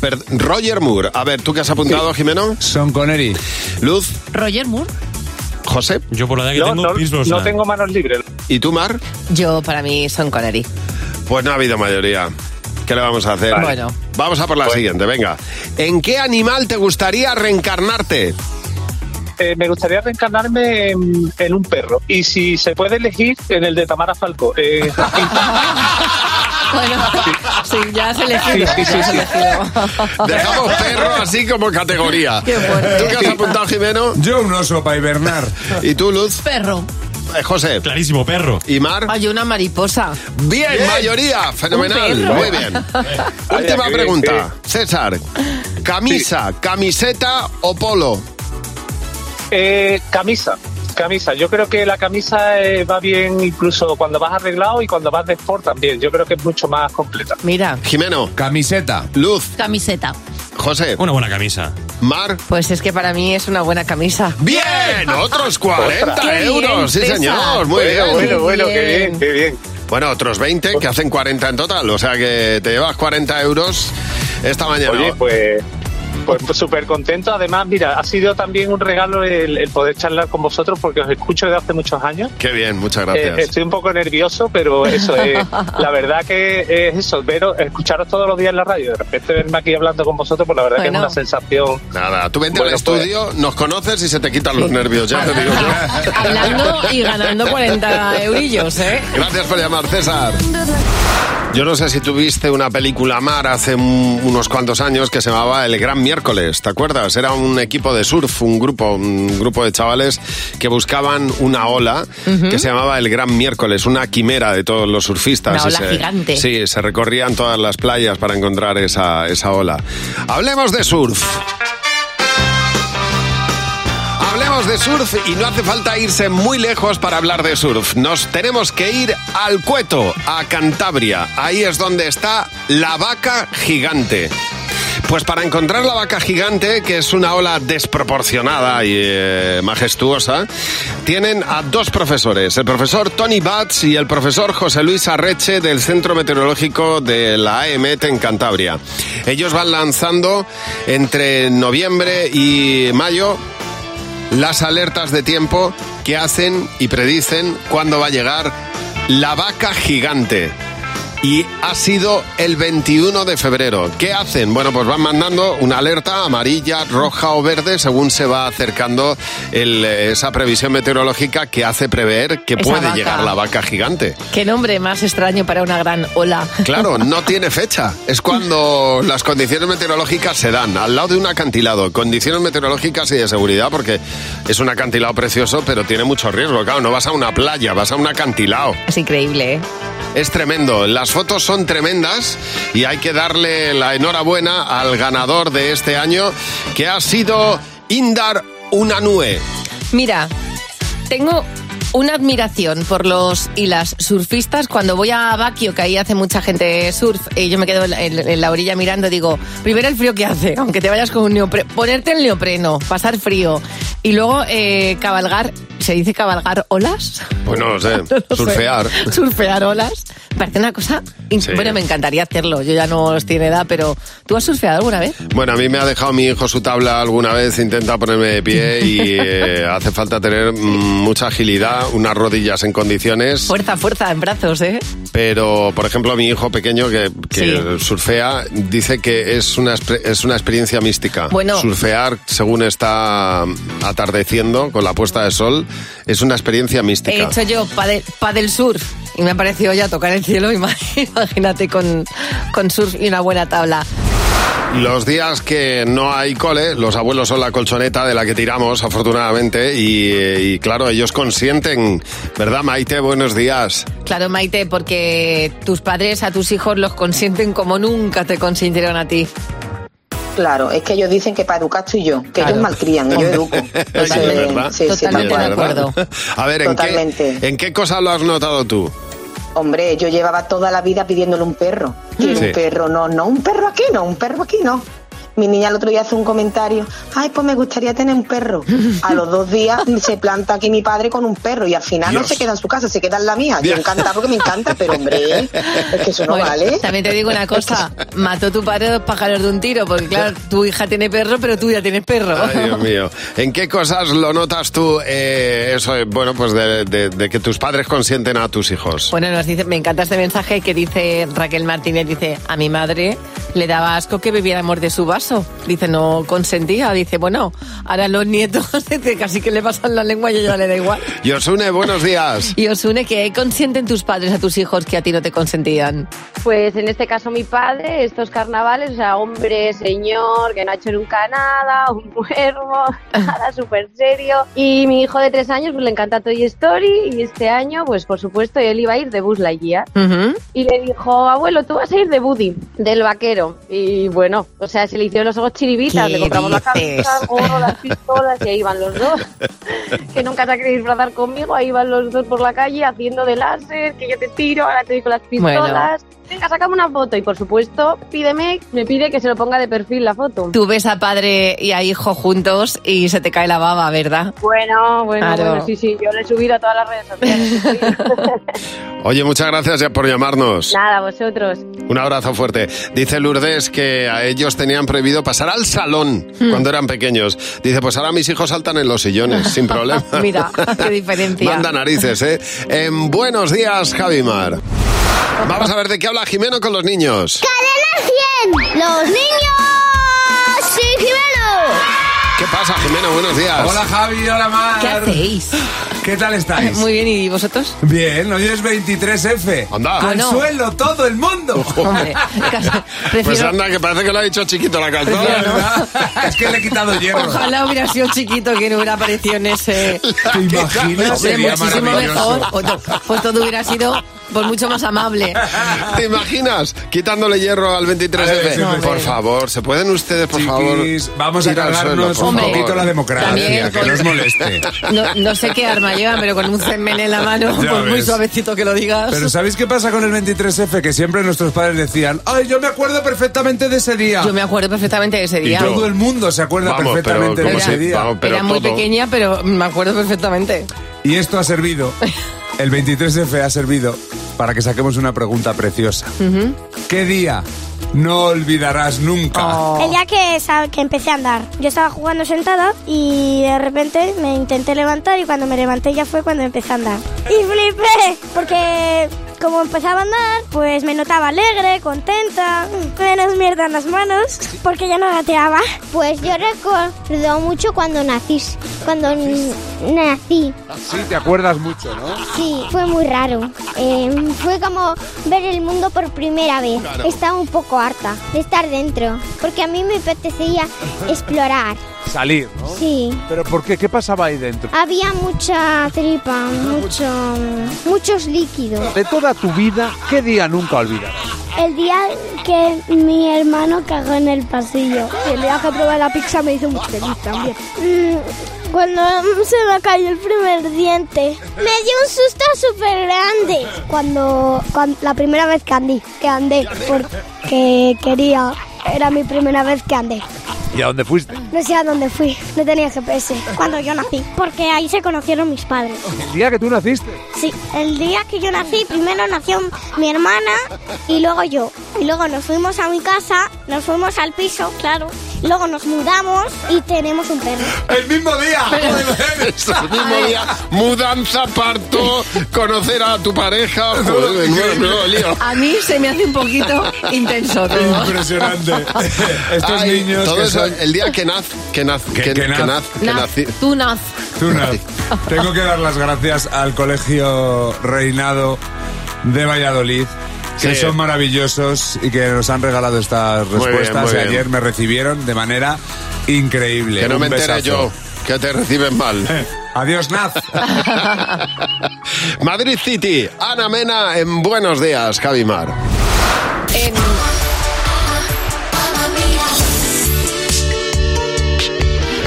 Per- Roger Moore. A ver, ¿tú qué has apuntado, Jimeno? Son Connery. Luz, Roger Moore. José. Yo por la edad que No, tengo, no, Pierce no Brosnan. tengo manos libres. ¿Y tú, Mar? Yo, para mí, son Connery. Pues no ha habido mayoría. ¿Qué le vamos a hacer? Vale. Bueno. Vamos a por la Pues- siguiente, venga. ¿En qué animal te gustaría reencarnarte? Eh, me gustaría reencarnarme en, en un perro. Y si se puede elegir, en el de Tamara Falco. Eh, Bueno, sí, ya has elegido. Sí, sí, sí, ya has sí. elegido. Dejamos perro así como [LAUGHS] categoría. ¿Tú qué has apuntado, Jimeno? Yo un oso para hibernar. ¿Y tú, Luz? Perro. Eh, José. Clarísimo, perro. ¿Y Mar? Hay una mariposa. Bien, mayoría. Fenomenal. Muy bien. Última qué bien, pregunta. César. ¿Camisa, camiseta o polo? eh, camisa. Camisa, yo creo que la camisa eh, va bien incluso cuando vas arreglado y cuando vas de sport también. Yo creo que es mucho más completa. Mira. Jimeno. Camiseta. Luz. Camiseta. José. Una buena camisa. Mar. Pues es que para mí es una buena camisa. Bien, otros 40 Qué bien, euros, sí César. señor, muy Bueno, bien. bueno, bueno, qué bien, qué bien. Bueno, otros 20 que hacen 40 en total, o sea que te llevas 40 euros esta mañana. Oye, pues... Pues pues, súper contento. Además, mira, ha sido también un regalo el, el poder charlar con vosotros porque os escucho desde hace muchos años. Qué bien, muchas Eh, gracias. estoy un poco nervioso, pero eso eh, la verdad que es eso, veros, escucharos todos los días en la radio, de repente verme aquí hablando con vosotros, pues la verdad que es Bueno. una sensación. Nada, tú vente Bueno, al pues- estudio, nos conoces y se te quitan los nervios, ya te digo yo. Hablando y ganando 40 eurillos, ¿eh? Gracias por llamar, César. Yo no sé si tuviste una película Mar hace un- unos cuantos años que se llamaba El Gran Miércoles, ¿te acuerdas? Era un equipo de surf, un grupo, un grupo de chavales que buscaban una ola Ujú. que se llamaba El Gran Miércoles, una quimera de todos los surfistas. Una Y ola gigante. Sí, se recorrían todas las playas para encontrar esa, esa ola. Hablemos de surf. Hablemos de surf y no hace falta irse muy lejos para hablar de surf. Nos tenemos que ir al Cueto, a Cantabria. Ahí es donde está la vaca gigante. Pues para encontrar la vaca gigante, que es una ola desproporcionada y eh, majestuosa, tienen a dos profesores, el profesor Tony Batts y el profesor José Luis Arreche del Centro Meteorológico de la E AEMET en Cantabria. Ellos van lanzando entre noviembre y mayo las alertas de tiempo que hacen y predicen cuándo va a llegar la vaca gigante. Y ha sido el 21 de febrero. ¿Qué hacen? Bueno, pues van mandando una alerta amarilla, roja o verde según se va acercando el- eh, esa previsión meteorológica que hace prever que Esa puede vaca. llegar la vaca gigante. Qué nombre más extraño para una gran ola. [LAUGHS] Claro, no tiene fecha. Es cuando las condiciones meteorológicas se dan, al lado de un acantilado. Condiciones meteorológicas y de seguridad, porque es un acantilado precioso, pero tiene mucho riesgo. Claro, no vas a una playa, vas a un acantilado. Es increíble, ¿eh? Es tremendo. Las fotos son tremendas y hay que darle la enhorabuena al ganador de este año, que ha sido Indar Unanue. Mira, tengo una admiración por los y las surfistas. Cuando voy a Baquio, que ahí hace mucha gente surf, y yo me quedo en, en- en la orilla mirando, digo, primero el frío que hace, [LAUGHS] aunque te vayas con un neopreno, ponerte el neopreno, pasar frío, y luego eh, cabalgar, ¿se dice cabalgar olas? [LAUGHS] Pues no lo sé, No sé. surfear. [LAUGHS] Surfear olas. Parece una cosa... in- Sí. Bueno, me encantaría hacerlo, yo ya no estoy en edad, pero ¿tú has surfeado alguna vez? Bueno, a mí me ha dejado mi hijo su tabla alguna vez, intenta ponerme de pie [LAUGHS] y eh, hace falta tener mm, mucha agilidad, unas rodillas en condiciones. Fuerza, fuerza, en brazos, ¿eh? Pero, por ejemplo, mi hijo pequeño que, que surfea dice que es una, expre- es una experiencia mística. Bueno. Surfear, según está atardeciendo con la puesta de sol, es una experiencia He mística. hecho yo padel, del surf y me ha parecido ya tocar el cielo, [LAUGHS] imagínate con, con surf y una buena tabla. Los días que no hay cole, los abuelos son la colchoneta de la que tiramos, afortunadamente, y, eh, y claro, ellos consienten. ¿Verdad, Maite? Buenos días. Claro, Maite, porque tus padres a tus hijos los consienten como nunca te consintieron a ti. Claro, es que ellos dicen que para educar estoy yo, que ellos malcrían, yo educo. Eso es Totalmente, verdad. sí, sí, Totalmente tal de cual. acuerdo. A ver, ¿en qué, Totalmente. ¿en qué cosa lo has notado tú? Hombre, yo llevaba toda la vida pidiéndole un perro. Quiero Sí. un perro, no, no, un perro aquí, no, un perro aquí, no. Mi niña el otro día hace un comentario, ay, pues me gustaría tener un perro. A los dos días se planta aquí mi padre con un perro y al final no Dios. se queda en su casa, se queda en la mía. Yo Dios. encanta porque me encanta, pero hombre, es que eso no Bueno, vale. ¿eh? También te digo una cosa, mató tu padre dos pájaros de un tiro, porque claro, tu hija tiene perro, pero tú ya tienes perro. Ay, [LAUGHS] Dios mío. ¿En qué cosas lo notas tú, eh, eso, eh, bueno, pues de, de- de que tus padres consienten a tus hijos? Bueno, nos dice, me encanta este mensaje que dice Raquel Martínez, dice, a mi madre le daba asco que bebiéramos de su vaso. Dice, no consentía. Dice, bueno, ahora los nietos [LAUGHS] dice, casi que le pasan la lengua y a ella le da igual. Yosune, buenos días. Y os une que consienten tus padres a tus hijos que a ti no te consentían. Pues en este caso mi padre, estos carnavales, o sea, hombre, señor, que no ha hecho nunca nada, un muermo, [LAUGHS] nada súper serio. Y mi hijo de tres años pues, le encanta Toy Story y este año, pues por supuesto, él iba a ir de Buzz Lightyear. Y le dijo, abuelo, tú vas a ir de Buddy, del vaquero. Y bueno, o sea, se le hicieron los ojos chiribitas, ¿Qué le compramos la [LAUGHS] dices? cabeza, el gorro, las pistolas, y ahí van los dos. que nunca se ha querido disfrazar conmigo, ahí van los dos por la calle haciendo de láser, que yo te tiro, ahora te doy con las pistolas. Venga, sacame una foto. Y por supuesto, pídeme, me pide que se lo ponga de perfil la foto. Tú ves a padre y a hijo juntos y se te cae la baba, ¿verdad? Bueno, bueno, Claro. bueno, sí, sí, yo lo he subido a todas las redes sociales. Oye, muchas gracias ya por llamarnos. Nada, vosotros. Un abrazo fuerte. Dice Lourdes que a ellos tenían prohibido pasar al salón Hmm. cuando eran pequeños. Dice, pues ahora mis hijos saltan en los sillones, [LAUGHS] sin problema. Mira, [LAUGHS] qué diferencia. Manda narices, ¿eh? En buenos días, Javimar. Vamos a ver de qué habla Jimeno con los niños. ¡Cadena 100! ¡Los niños! ¡Sí, ¿Qué pasa, Jimeno? Buenos días. Hola Javi, hola Mar. ¿Qué hacéis? ¿Qué tal [LAUGHS] estáis? Muy bien, ¿y vosotros? Bien, hoy es 23F. Anda. Al Ah, no. suelo todo el mundo. [LAUGHS] Hombre, Pues prefiero- anda, que parece que lo ha dicho chiquito la calzada. Es que le [LAUGHS] he quitado hierro. Ojalá hubiera sido chiquito que no hubiera aparecido en ese... ¿Te imaginas? Hombre, Sería muchísimo maravilloso. mejor. O to- Pues todo hubiera sido pues mucho más amable. ¿Te imaginas? Quitándole hierro al 23F. No, por favor, ¿se pueden ustedes, por Chiquis, favor? vamos a ir al cargarnos suelo, un por favor? poquito la democracia, También que con- nos [LAUGHS] moleste. No, no sé qué arma llevan, pero con un cemen en la mano, Ya por muy ves. suavecito que lo digas. Pero ¿sabéis qué pasa con el 23F? Que siempre nuestros padres decían, "Ah, ay, yo me acuerdo perfectamente de ese día. Yo me acuerdo perfectamente de ese Y día. todo el mundo se acuerda Vamos, pero perfectamente de ¿cómo ese se- día. vamos, pero Era muy pequeña, pero me acuerdo perfectamente. Y esto [LAUGHS] ha servido, el 23F ha servido para que saquemos una pregunta preciosa. Ujú. ¿Qué día no olvidarás nunca? El Oh. día que, sa- que empecé a andar, yo estaba jugando sentada y de repente me intenté levantar y cuando me levanté ya fue cuando empecé a andar. Y flipé, porque Como empezaba a andar, pues me notaba alegre, contenta, menos mierda en las manos, porque ya no gateaba. Pues yo recuerdo mucho cuando nacís, cuando n- nací. Sí, te acuerdas mucho, ¿no? Sí, fue muy raro. Eh, fue como ver el mundo por primera vez. Claro. Estaba un poco harta de estar dentro, porque a mí me apetecía explorar. Salir, ¿no? Sí. ¿Pero por qué? ¿Qué pasaba ahí dentro? Había mucha tripa, mucho, muchos líquidos. De toda tu vida, ¿qué día nunca olvidarás? El día que mi hermano cagó en el pasillo. el día que probé la pizza me hizo muy feliz también. Mm, Cuando se me cayó el primer diente. Me dio un susto súper grande. Cuando, cuan- la primera vez que andé, que andé, porque quería, era mi primera vez que andé. ¿Y a dónde fuiste? No sé a dónde fui, no tenía GPS. Cuando yo nací, porque ahí se conocieron mis padres. El día que tú naciste. Sí, el día que yo nací, primero nació mi hermana y luego yo. Y luego nos fuimos a mi casa, nos fuimos al piso, claro. y Luego nos mudamos y tenemos un perro. El mismo día. [LAUGHS] Es el mismo día. Mudanza, parto, conocer a tu pareja. Joder, de nuevo, nuevo [LAUGHS] lío. A mí se me hace un poquito intenso todo. [LAUGHS] Impresionante. Estos Ay, niños todo que eso, son- el día que naz, que naz, que, que que naz. naz, que Naz, nací. tú naz. Tú no. Tengo que dar las gracias al Colegio Reinado de Valladolid. Que Sí. son maravillosos y que nos han regalado estas Muy bien, respuestas. muy Y bien. ayer me recibieron de manera increíble. Que no Un me entere besazo. yo, Eh, que te reciben mal. Adiós, Naz. [LAUGHS] Madrid City, Ana Mena en Buenos Días, Javi Mar. En-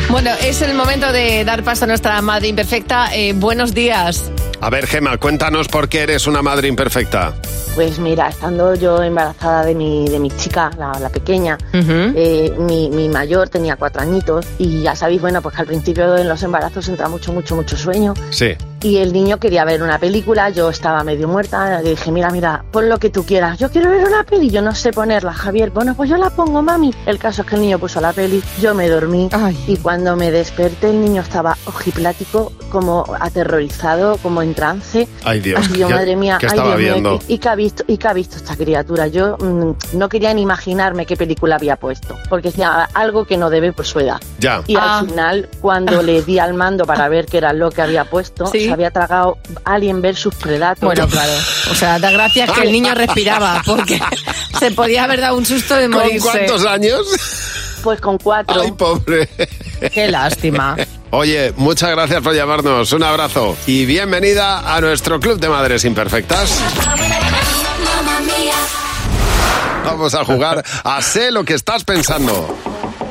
Bueno, es el momento de dar paso a nuestra madre imperfecta. Eh, buenos días. A ver, Gema, cuéntanos por qué eres una madre imperfecta. Pues mira, estando yo embarazada de mi, de mi chica, la, la pequeña, eh, mi, mi mayor tenía cuatro añitos y ya sabéis, bueno, pues que al principio en los embarazos entra mucho, mucho, mucho sueño. Sí. Y el niño quería ver una película, yo estaba medio muerta, le dije, mira, mira, pon lo que tú quieras, yo quiero ver una peli, yo no sé ponerla, Javier, bueno, pues yo la pongo, mami. El caso es que el niño puso la peli, yo me dormí y cuando me desperté el niño estaba ojiplático, como aterrorizado, como en trance. Ay, Dios, Y yo, ¿qué- madre mía, qué ay, estaba Dios mío, viendo? ¿y, qué ha visto, ¿y qué ha visto esta criatura? Yo mm, no quería ni imaginarme qué película había puesto, porque decía "Ah, algo que no debe por su edad. Ya. Y Ah. al final, cuando le di al mando para ver qué era lo que había puesto, Sí. se había tragado Alien versus Predator. Bueno, claro. O sea, da gracias que el niño respiraba, [LAUGHS] porque se podía haber dado un susto de morirse. años? Pues con cuatro. Ay, pobre. Qué [LAUGHS] lástima. Oye, muchas gracias por llamarnos. Un abrazo y bienvenida a nuestro Club de Madres Imperfectas. Vamos a jugar a sé lo que estás pensando.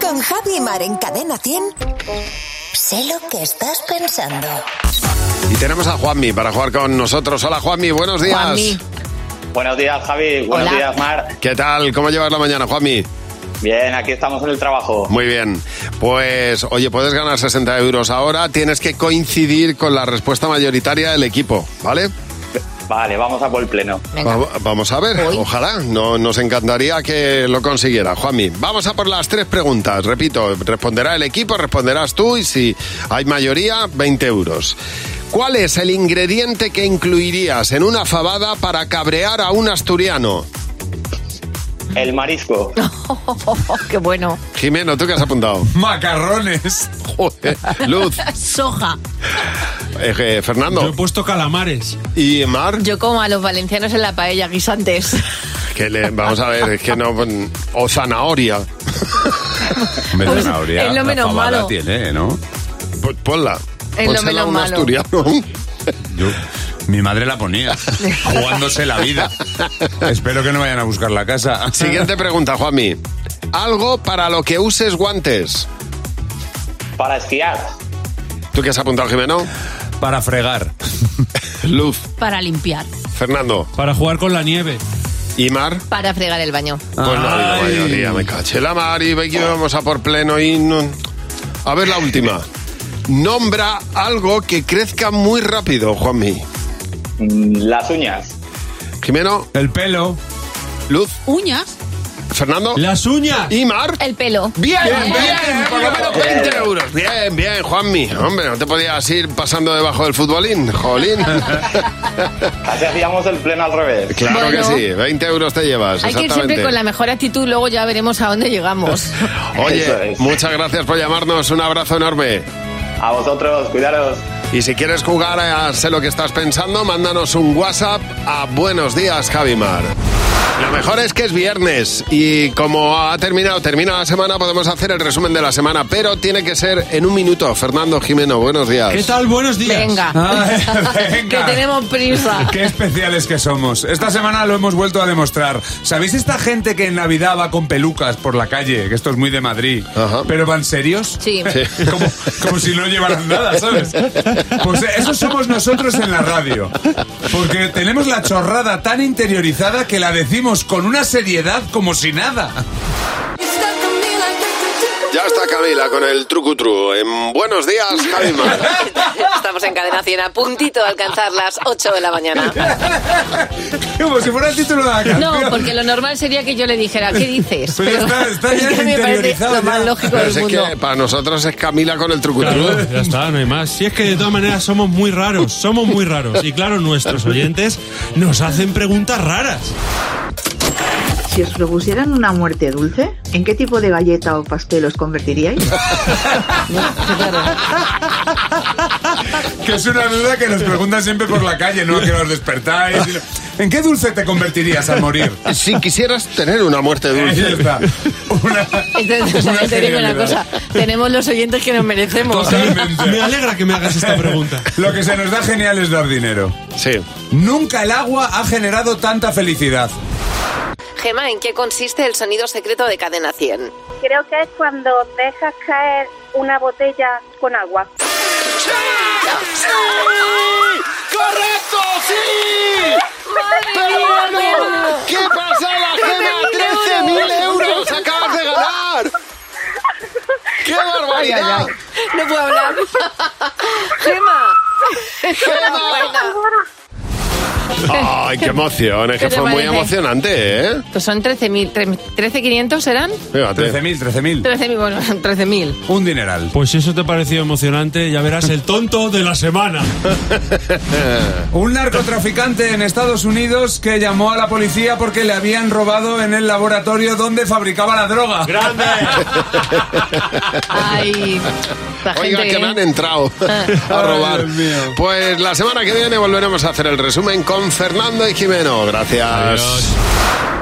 Con Javi y Mar en Cadena 100. Sé lo que estás pensando. Y tenemos a Juanmi para jugar con nosotros. Hola Juanmi, buenos días. Juanmi. Buenos días, Javi. Buenos Hola. días, Mar. ¿Qué tal? ¿Cómo llevas la mañana, Juanmi? Bien, aquí estamos en el trabajo. Muy bien. Pues, oye, puedes ganar 60 euros ahora. Tienes que coincidir con la respuesta mayoritaria del equipo, ¿vale? Vale, vamos a por el pleno. Va- Vamos a ver, ojalá. No, nos encantaría que lo consiguiera, Juanmi. Vamos a por las tres preguntas. Repito, responderá el equipo, responderás tú y si hay mayoría, 20 euros. ¿Cuál es el ingrediente que incluirías en una fabada para cabrear a un asturiano? El marisco. Oh, Qué bueno. Jimeno, ¿tú qué has apuntado? Macarrones. Joder, Luz. Soja. Eh, eh, Fernando. Yo he puesto calamares. ¿Y Mar? Yo como a los valencianos en la paella guisantes. Que le, vamos a ver, es que no. O zanahoria. Pues, zanahoria, es lo la menos fabada malo. tiene, ¿no? Pues ponla. Es lo Pónsela a menos un malo. asturiano. Mi madre la ponía, jugándose la vida. Espero que no vayan a buscar la casa. Siguiente pregunta, Juanmi. Algo para lo que uses guantes. Para esquiar. ¿Tú qué has apuntado, Jimeno? Para fregar. Luz. [LAUGHS] Para limpiar. Fernando. Para jugar con la nieve. ¿Y Mar? Para fregar el baño. Pues no ha habido Ay. mayoría, me caché la Mar y ve que íbamos a por pleno y no- A ver la última. Nombra algo que crezca muy rápido, Juanmi. Mm, Las uñas. Jimeno. El pelo. Luz. Uñas. Fernando. Las uñas. Y Mar. El pelo. Bien, bien, por Eh, lo menos 20 euros. Bien, bien, Juanmi. Hombre, no te podías ir pasando debajo del futbolín, jolín. [LAUGHS] Así hacíamos el pleno al revés. Claro Bueno. que sí, 20 euros te llevas. Hay que ir exactamente. siempre con la mejor actitud, luego ya veremos a dónde [LAUGHS] llegamos. Oye, muchas gracias por llamarnos. Un abrazo enorme. A vosotros, cuidaros. Y si quieres jugar a Sé lo que estás pensando, mándanos un WhatsApp a Buenos Días, Javimar. Lo mejor es que es viernes y como ha terminado, termina la semana, podemos hacer el resumen de la semana, pero tiene que ser en un minuto. Fernando Jimeno, buenos días. ¿Qué tal? Buenos días. Venga. [LAUGHS] Ah, eh. [LAUGHS] venga. Que tenemos prisa. [LAUGHS] Qué especiales que somos. Esta semana lo hemos vuelto a demostrar. ¿Sabéis esta gente que en Navidad va con pelucas por la calle? Que esto es muy de Madrid. ¿Pero van serios? Sí. [LAUGHS] Como, como si no llevaran nada, ¿sabes? Pues eso somos nosotros en la radio. Porque tenemos la chorrada tan interiorizada que la decimos con una seriedad como si nada. Ya está Camila con el trucutru. En Buenos Días, Javimar. Estamos en cadena 100 a puntito de alcanzar las 8 de la mañana. [LAUGHS] Como si fuera el título de la canción. No, porque lo normal sería que yo le dijera, ¿qué dices? Pero ya está, está [LAUGHS] es ya que me parece interiorizado lo más ya. lógico [LAUGHS] Pero del si es mundo. que para nosotros es Camila con el trucutru. Claro, [LAUGHS] ya está, no hay más. Si es que de todas maneras somos muy raros, somos muy raros. Y claro, nuestros oyentes nos hacen preguntas raras. Si os propusieran una muerte dulce, ¿en qué tipo de galleta o pastel os convertiríais? Que es una duda que nos preguntan siempre por la calle, ¿no? Que nos despertáis. y no- ¿En qué dulce te convertirías al morir? Si quisieras tener una muerte dulce. Ahí está. [LAUGHS] Entonces, Una te digo una genialidad. cosa, tenemos los oyentes que nos merecemos. Me alegra que me hagas esta pregunta. Lo que se nos da genial es dar dinero. Sí. Nunca el agua ha generado tanta felicidad. Gema, ¿en qué consiste el sonido secreto de cadena 100? Creo que es cuando dejas [LAUGHS] caer una botella con agua. ¡Sí! ¡Correcto! ¡Sí! ¡Pero bueno! ¿Qué pasa, la Gema? ¡13.000 euros acabas de ganar! ¡Qué barbaridad! No puedo hablar. Gema. Gema. ¡Ay, qué emoción! [LAUGHS] Es ¿Qué que te fue muy parece? emocionante, ¿eh? Pues son 13.000, tre- 13.500 serán? Fíjate. 13.000, 13.000. 13.000, bueno, 13.000. Un dineral. Pues si eso te pareció emocionante, ya verás el tonto de [LAUGHS] la semana. Un narcotraficante en Estados Unidos que llamó a la policía porque le habían robado en el laboratorio donde fabricaba la [LAUGHS] droga. ¡Grande! Ay, Oiga, que me han entrado Ah. [LAUGHS] a robar. Pues la semana que viene volveremos a hacer el resumen con Fernando y Jimeno. Gracias.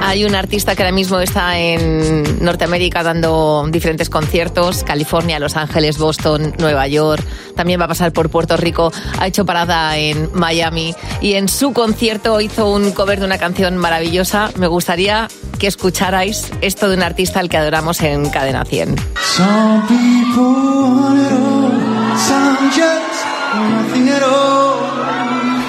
Hay un artista que ahora mismo está en Norteamérica dando diferentes conciertos, California, Los Ángeles, Boston, Nueva York, también va a pasar por Puerto Rico, ha hecho parada en Miami y en su concierto hizo un cover de una canción maravillosa. Me gustaría que escucharais esto de un artista al que adoramos en Cadena 100. Some people want it all, some just want nothing at all.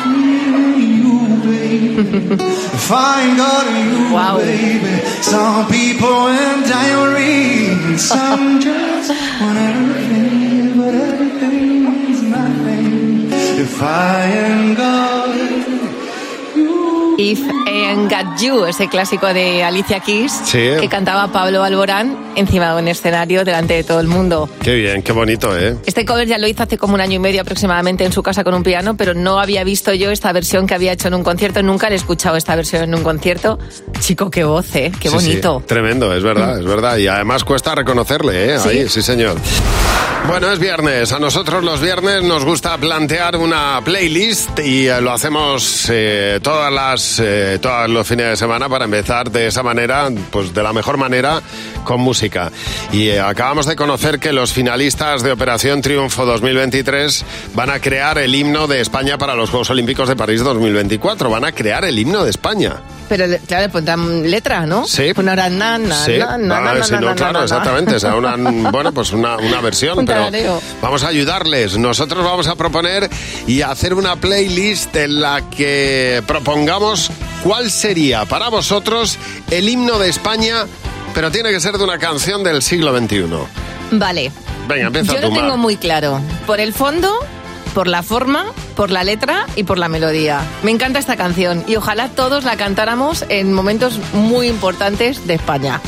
Mm, You, baby, if I ain't got you, baby. Some people want diary, some just want everything, but everything's nothing. If I ain't got If I Ain't Got You, ese clásico de Alicia Keys Sí. que cantaba Pablo Alborán encima de un escenario delante de todo el mundo. Qué bien, qué bonito, ¿eh? Este cover ya lo hizo hace como un año y medio aproximadamente en su casa con un piano, pero no había visto yo esta versión que había hecho en un concierto. Nunca le he escuchado esta versión en un concierto. Chico, qué voz, ¿eh? Qué Sí, sí, bonito. Mm. tremendo, es verdad, es verdad. Y además cuesta reconocerle, ¿eh? Sí. Ahí, sí, señor. Bueno, es viernes. A nosotros los viernes nos gusta plantear una playlist y eh, lo hacemos eh, todas las, eh, todos los fines de semana para empezar de esa manera, pues de la mejor manera, con música. Y eh, acabamos de conocer que los finalistas de Operación Triunfo 2023 van a crear el himno de España para los Juegos Olímpicos de París 2024. Van a crear el himno de España. Pero le- claro, le pondrán letra, ¿no? Sí. Pondrán na, na, Sí, na, na, va, na, si na, no, na, claro, na, na. exactamente. o sea, una, [LAUGHS] bueno, pues una, una versión, Un pero tarareo. vamos a ayudarles. Nosotros vamos a proponer y a hacer una playlist en la que propongamos cuál sería para vosotros el himno de España, pero tiene que ser de una canción del siglo XXI. [LAUGHS] Vale. Venga, empieza Yo tú, lo Mar. tengo muy claro. Por el fondo, por la forma, por la letra y por la melodía. Me encanta esta canción y ojalá todos la cantáramos en momentos muy importantes de España.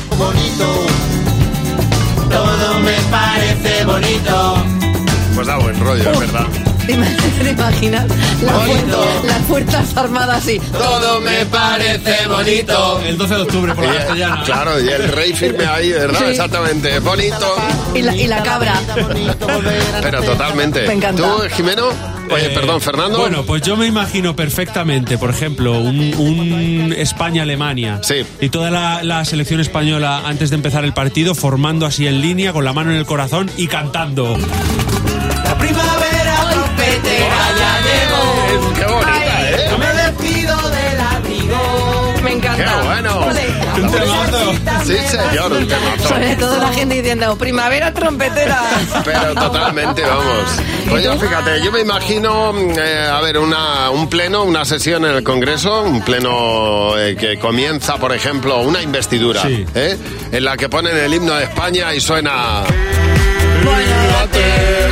Todo me parece bonito. Pues da buen rollo, es verdad. ¿Te ima- [LAUGHS] te imaginas? La Bonito. fuer- las Fuerzas Armadas sí. Todo me parece bonito. El 12 de octubre por la castellana. eh, Claro, y el rey firme ahí, ¿verdad? Sí. Exactamente. Bonito. Y la, y la cabra. Pero totalmente. Me encanta. ¿Tú, Jimeno? Oye, Eh, perdón, Fernando. Bueno, pues yo me imagino perfectamente, por ejemplo, un, un España-Alemania. Sí. Y toda la, la selección española antes de empezar el partido formando así en línea, con la mano en el corazón y cantando. La primavera trompetera ya llegó. Qué bonita, ¿eh? Yo me despido del abrigo. Me encanta. Qué bueno. Ole. Un temazo. Sí, señor, un temazo. Sobre todo la gente diciendo, primavera trompetera. [LAUGHS] Pero totalmente, vamos. Oye, fíjate, yo me imagino, mm, eh, a ver, una, un pleno, una sesión en el Congreso, un pleno eh, que comienza, por ejemplo, una investidura, Sí. ¿eh? en la que ponen el himno de España y suena...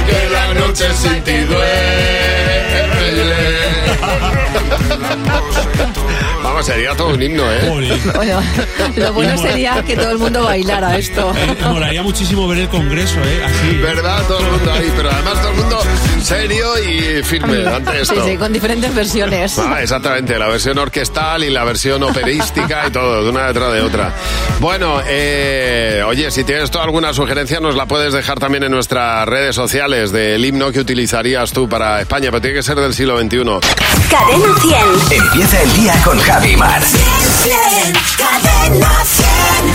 que la noche sin ti [LAUGHS] Vamos, sería todo un himno, ¿eh? Bueno, lo [LAUGHS] bueno sería que todo el mundo bailara esto. [LAUGHS] Eh, molaría muchísimo ver el Congreso, ¿eh? Así. ¿Verdad? Todo el mundo ahí, pero además todo el mundo serio y firme ante Sí, esto. sí, con diferentes versiones. Ah, exactamente, la versión orquestal y la versión operística y todo, de una detrás de otra. Bueno, eh, oye, si tienes tú alguna sugerencia, nos la puedes dejar también en nuestras redes sociales del himno que utilizarías tú para España, pero tiene que ser del siglo XXI. Cadena 100. Empieza el día con Javi Mar. Cadena 100.